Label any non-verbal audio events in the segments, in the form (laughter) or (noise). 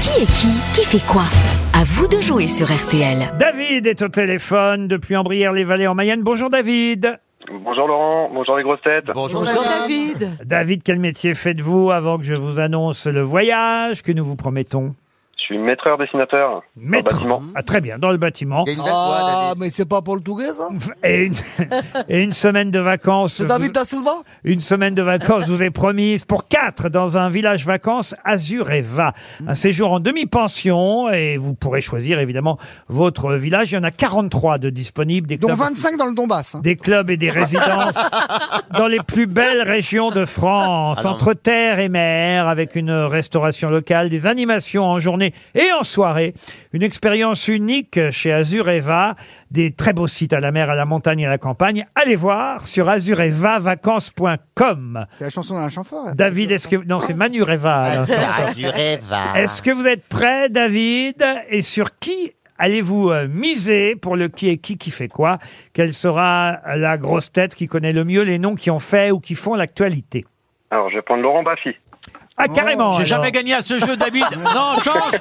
Qui est qui Qui fait quoi À vous de jouer sur RTL. David est au téléphone depuis Ambrières-les-Vallées en Mayenne. Bonjour David. Bonjour Laurent, bonjour les grosses têtes. David, quel métier faites-vous avant que je vous annonce le voyage que nous vous promettons Je suis maîtreur dessinateur Maître- en bâtiment. Ah, très bien, dans le bâtiment. Ah, mais c'est pas pour le Touguet, (laughs) ça Et une, et une semaine de vacances. C'est David Da Silva Une semaine de vacances vous est promise pour quatre dans un village vacances Azureva. Un séjour en demi-pension et vous pourrez choisir évidemment votre village. Il y en a 43 de disponibles. Des Donc clubs- 25 dans le Donbass. hein. des clubs et des résidences dans les plus belles régions de France, entre terre et mer, avec une restauration locale, des animations en journée et en soirée, une expérience unique chez Azureva, des très beaux sites à la mer, à la montagne et à la campagne. Allez voir sur azurevavacances.com. C'est la chanson d'un chanfort. hein. David, est-ce que non, c'est Manureva. à l'instant. (laughs) Ah, du rêve. ah. Est-ce que vous êtes prêt, David Et sur qui allez-vous euh, miser pour le qui est qui qui fait quoi Quelle sera la grosse tête qui connaît le mieux les noms qui ont fait ou qui font l'actualité Alors je vais prendre Laurent Baffy. Eh Ah, carrément Oh, J'ai alors. jamais gagné à ce jeu, (laughs) David. Non, change,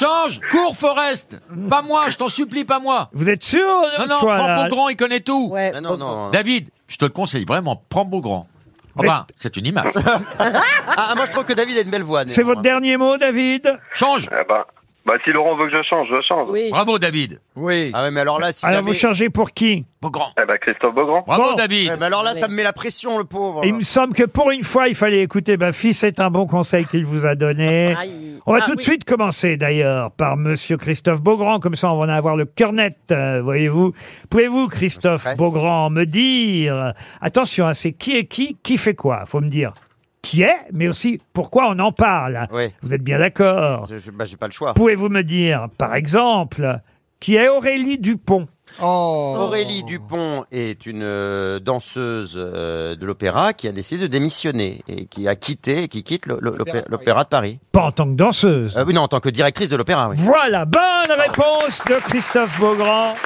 change, cours, Forest. Pas moi, je t'en supplie, pas moi. Vous êtes sûr euh, Non, non, toi, prends là Beaugrand, il connaît tout. Ah, non, non. David, je te le conseille vraiment, prends Beaugrand. Enfin, c'est une image. Ah, moi je trouve que David a une belle voix. C'est votre dernier dernier. mot, David Change. Eh ben, bah, si Laurent veut que je change, je change. Bravo, David. Oui. Ah ouais, mais alors là, si Alors, vous changez pour qui Beaugrand. Eh ben, Christophe Beaugrand. Bravo, Bon. David. mais alors là, ça me met la pression, le pauvre. Il me semble que pour une fois, il fallait écouter ma fille. C'est un bon conseil qu'il vous a Ah, donné. On va Ah tout de suite commencer d'ailleurs par Monsieur Christophe Beaugrand. Comme ça, on va en avoir le cœur net, euh, voyez-vous. Pouvez-vous, Christophe Stress. Beaugrand, me dire Attention, hein, c'est qui est qui, qui fait quoi Faut me dire qui est, mais aussi pourquoi on en parle. hein. Oui. Vous êtes bien d'accord Je- je- bah, J'ai pas le choix. Pouvez-vous me dire, par exemple, qui est Aurélie Dupont Oh. Aurélie Dupont est une euh, danseuse euh, de l'opéra qui a décidé de démissionner et qui a quitté, qui quitte le- le- l'opé- l'opéra de Paris. Pas en tant que danseuse. Euh, oui, non, en tant que directrice de l'opéra, oui. Voilà, bonne réponse de Christophe Beaugrand.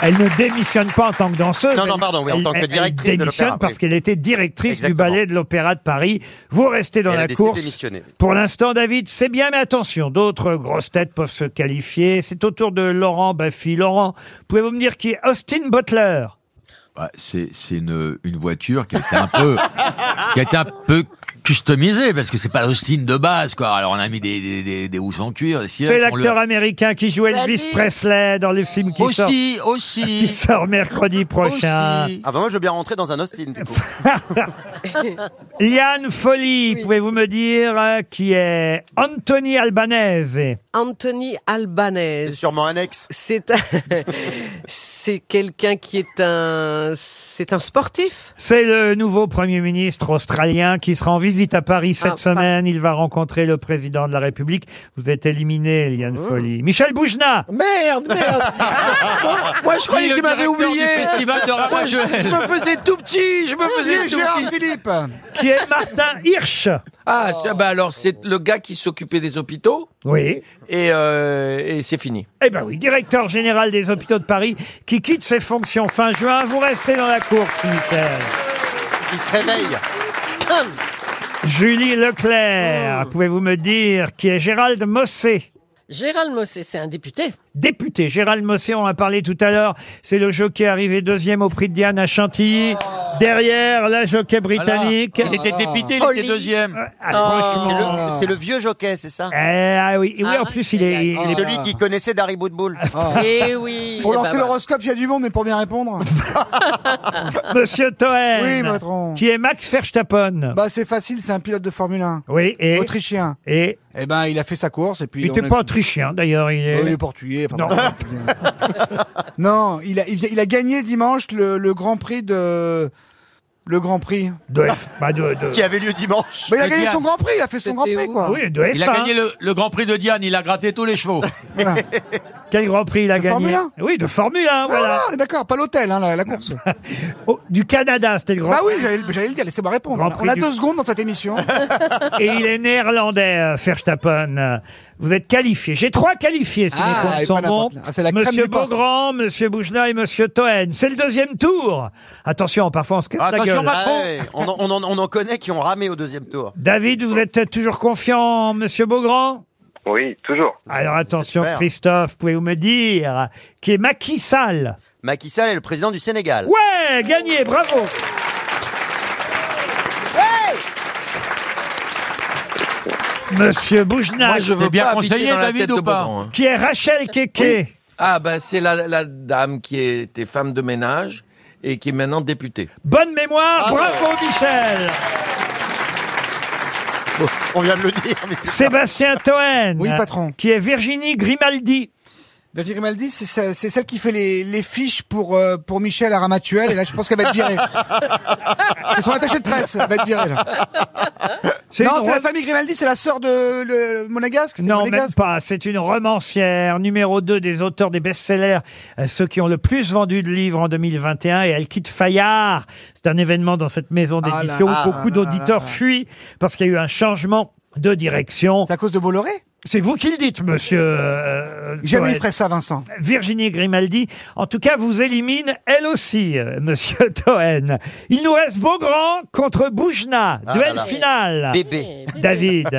Elle ne démissionne pas en tant que danseuse. Non, non, elle- pardon, oui, en elle- tant que elle- directrice de Elle démissionne l'opéra, parce oui. qu'elle était directrice Exactement. du ballet de l'Opéra de Paris. Vous restez dans Elle a la décidé de course. démissionner. Pour l'instant, David, c'est bien, mais attention, d'autres grosses têtes peuvent se qualifier. C'est au tour de Laurent Baffy. Laurent, pouvez-vous me dire qui est Austin Butler Bah, c'est c'est une, une voiture qui a été un peu, (laughs) qui a été un peu customisée parce que c'est pas l'Austin de base, quoi. Alors on a mis des, des, des, des housses en cuir. des sièges, C'est on le- l'acteur américain qui joue Elvis Presley dans le film qui sort, Aussi, (laughs) qui aussi, sort mercredi prochain. aussi. Ah bah moi je veux bien rentrer dans un Austin (laughs) du coup. Liane Folly, pouvez-vous me dire euh, qui est Anthony Albanese Anthony C'est Albanese. sûrement un ex. C'est un- (laughs) c'est quelqu'un qui est un c'est un sportif. C'est le nouveau Premier ministre australien qui sera en visite à Paris cette Ah, semaine. Il va rencontrer le président de la République. Vous êtes éliminé, Liane Folly. Michel Boujna Merde, merde Moi, je Puis croyais le qu'il m'avait directeur du oublié festival de Moi, je, Rabat-Joël. je me faisais tout petit Je me faisais Olivier tout Gérard petit Philippe. Ah, qui est Martin Hirsch. Ah, ça, bah alors, c'est le gars qui s'occupait des hôpitaux, Oui. et, euh, et c'est fini. Eh ben oui, directeur général des hôpitaux de Paris qui quitte ses fonctions fin juin. Vous restez dans la course, Michel. Il se réveille. Julie Leclerc, pouvez-vous me dire qui est Gérald Mossé Gérald Mossé, c'est un député. député. Gérald Mossé, on en a parlé tout à l'heure. C'est le jockey arrivé deuxième au prix de Diane à Chantilly. Derrière, la jockey Voilà. britannique. Il était dépité, il Oli. était deuxième. Ah, C'est franchement. euh, (laughs) le, c'est le vieux jockey, c'est ça Eh, ah oui, Et oui, Ah, en plus, il est, il est- Celui qui connaissait Dari Boudboul. Eh oui. ah. eh ben Pour lancer voilà. l'horoscope, il y a du monde, mais pour (laughs) bien répondre. Monsieur Toen. oui, patron. Ben, Qui est Max Verstappen. Bah, c'est facile, c'est un pilote de Formule 1. oui, et, Autrichien. et Eh ben, il a fait sa course, et puis. il on n'était a- pas autrichien, d'ailleurs. Il Oh, il est... est portugais. enfin, Non. bref. (laughs) non, il a, il, il a gagné dimanche le, le Grand Prix de. Le Grand Prix. de F, bah, de, de- Qui avait lieu dimanche. Bah, il Eh a Le gagné diable. son Grand Prix, il a fait son Grand C'était Prix, où quoi. oui, de Il a F1. gagné le, le Grand Prix de Diane, il a gratté tous les chevaux. Voilà. Quel Grand Prix il a gagné Formule un Oui, de Formule 1, voilà. Ah, on est d'accord, pas l'hôtel, hein, la, la course. Oh, du Canada, c'était le Grand bah oui, j'allais j'allais le dire, laissez-moi répondre. Grand On a- Prix On a du- deux secondes dans (laughs) cette émission. Et il est néerlandais, euh, Verstappen. Euh, Vous êtes qualifié. J'ai trois qualifiés, si Ah, mes comptes et sont pas bons. n'importe- ah, c'est la crème Monsieur du porc. Beaugrand, Monsieur Boujna et Monsieur Toen. C'est le deuxième tour. Attention, parfois on se casse la Attention, gueule. Macron Ah on, en, on en- on en connaît qui ont ramé au deuxième tour. David, vous êtes toujours confiant, Monsieur Beaugrand Oui, toujours. Alors attention, J'espère. Christophe, pouvez-vous me dire qui est Macky Sall Macky Sall est le président du Sénégal. Ouais, gagné, bravo Monsieur Boujna, Moi, je T'es veux Eh bien pas habiter conseillé, dans la David, tête ou de pas Beaugrand, hein. qui est Rachel Keke. Ah, bah, c'est la, la dame qui était femme de ménage et qui est maintenant députée. Bonne Ah. mémoire, bravo Michel On vient de le dire. mais c'est- Sébastien Toen. Oui, patron. Qui est Virginie Grimaldi. Virginie Grimaldi, c'est ce- c'est celle qui fait les, les fiches pour, euh, pour Michel Aramatuel, et là, je pense qu'elle va être virée. (laughs) C'est son attaché de presse, elle va être virée, là. C'est non, une c'est la re- famille Grimaldi, c'est la sœur de le, Monégasque c'est Non, même Monégasque pas. C'est une romancière, numéro 2 des auteurs des best-sellers, euh, ceux qui ont le plus vendu de livres en 2021, et elle quitte Fayard. C'est un événement dans cette maison Ah là d'édition là où beaucoup là là d'auditeurs là. fuient parce qu'il y a eu un changement de direction. C'est à cause de Bolloré C'est vous qui le dites, monsieur. euh, Jamais il Toen. ferait ça, Vincent. Virginie Grimaldi, en tout cas, vous élimine elle aussi, euh, monsieur (laughs) Toen. Il nous reste Beaugrand contre Boujna. Ah duel là là. final. Bébé. David.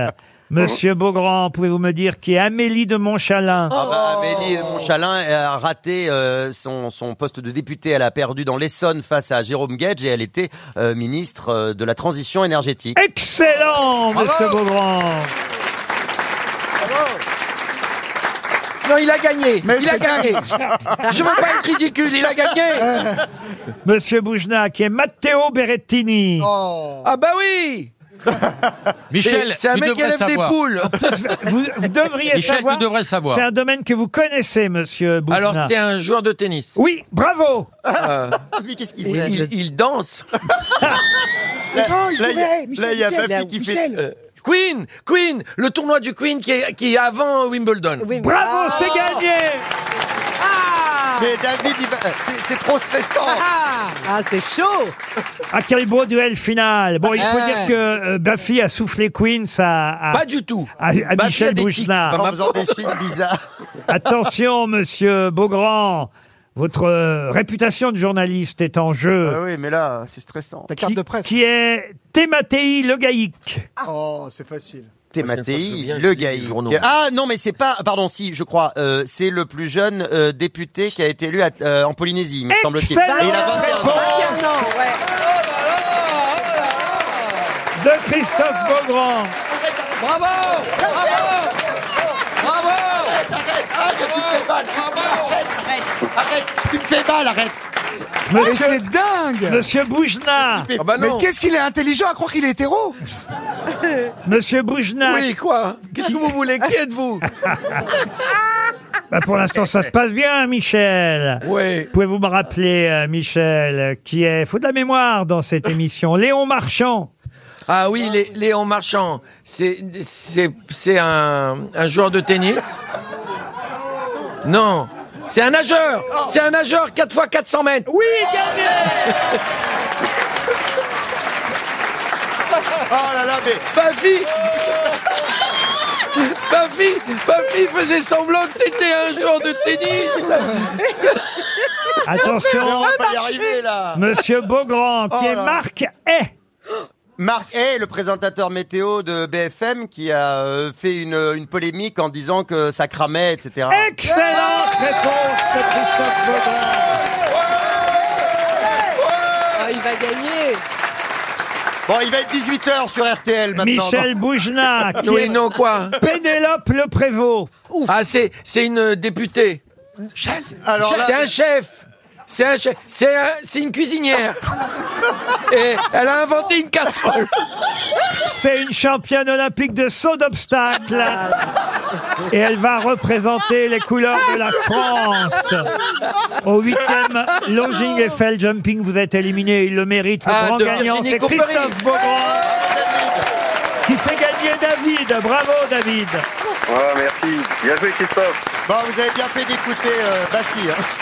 Monsieur Beaugrand, pouvez-vous me dire qui est Amélie de Montchalin Ah bah, Amélie Montchalin a raté euh, son, son poste de députée. Elle a perdu dans l'Essonne face à Jérôme Gage et elle était euh, ministre euh, de la transition énergétique. Excellent, monsieur Beaugrand Non, il a gagné. Mais il a c'est gagné. Je veux pas être ridicule. Il a gagné. Monsieur Boujna, qui est Matteo Berrettini. Oh. Ah bah oui. Michel, C'est- c'est un tu mec qui devrais élève des savoir. poules. Vous, vous devriez Michel, savoir. tu devrais savoir. C'est un domaine que vous connaissez, monsieur Boujna. Alors, (laughs) c'est un joueur de tennis. Oui, bravo Euh, Ah, Mais qu'est-ce qu'il il, fait il- il danse. Non, il Là, il y a- jouait, Michel, là, il y a Michel, Papy qui fait- Michel. Euh, Queen, Queen, le tournoi du Queen qui est, qui est avant Wimbledon. Bravo, Ah. c'est gagné Mais David, il va- c'est- c'est trop stressant. Ah, c'est chaud. Ah, quel beau duel final Bon, il faut Ah. dire que euh, Baffy a soufflé Queens à, à- Pas du tout. à- à Bah, Michel il y a des tics, Bouchenard. c'est pas En ma faute. faisant des signes bizarres. (laughs) Attention, monsieur Beaugrand votre euh, réputation de journaliste est en jeu. Ah oui, mais là, c'est stressant. Ta carte qui, de presse. qui est Thématei Le Gaïc. Oh, c'est facile. T'es Prochaine fois, je veux bien Mattei, que le tu lises gars. les journaux. Ah non, mais c'est pas. Pardon, si, je crois. euh, c'est le plus jeune euh, député qui a été élu à- euh, en Polynésie, me semble-t-il. Excellente Et il a 21 ans. réponse de Christophe Ah. Beaugrand. Bravo. Bravo. Bravo. Arrête, tu me fais mal, arrête. Mais Monsieur, c'est dingue monsieur Boujna, Ah bah Mais non. qu'est-ce qu'il est intelligent à croire qu'il est hétéro monsieur Boujna, Oui, quoi hein Qu'est-ce que vous voulez Qui êtes-vous bah, pour l'instant ça se passe bien, Michel. Oui. Pouvez-vous me rappeler, euh, Michel, euh, qui est, faut de la mémoire dans (laughs) cette émission, Léon Marchand. Ah oui, Lé- Léon Marchand, c'est c'est- c'est un, un joueur de tennis Non, c'est un nageur C'est un nageur 4 fois 400 mètres Oui, gagné Oh là là, mais. Papy Papy Papy faisait semblant que c'était un joueur de tennis Attention, On va y arriver là. Oh monsieur Beaugrand, qui est Marc Hay. Marc Hay, le présentateur météo de BFM, qui a euh, fait une, une polémique en disant que ça cramait, etc. Excellente réponse de Christophe Beaugrand. Ah, il va gagner. Bon, il va être 18h sur RTL maintenant. Michel (laughs) Boujna, qui Oui, est non, quoi Pénélope Le Prévost. Ah, c'est c'est une députée Alors là- C'est un chef c'est un chef, c'est un- c'est une cuisinière. Et elle a inventé une casserole. C'est une championne olympique de saut d'obstacle. Et elle va représenter les couleurs de la France. Au huitième longing Eiffel jumping, vous êtes éliminé. Il le mérite. Le Ah, grand de gagnant, Virginie c'est Coupery. Christophe Beaugrand. Qui fait gagner David. Bravo, David. Ouais, merci. Ah, Bien joué, Christophe. Bon, vous avez bien fait d'écouter euh, Baffy, hein.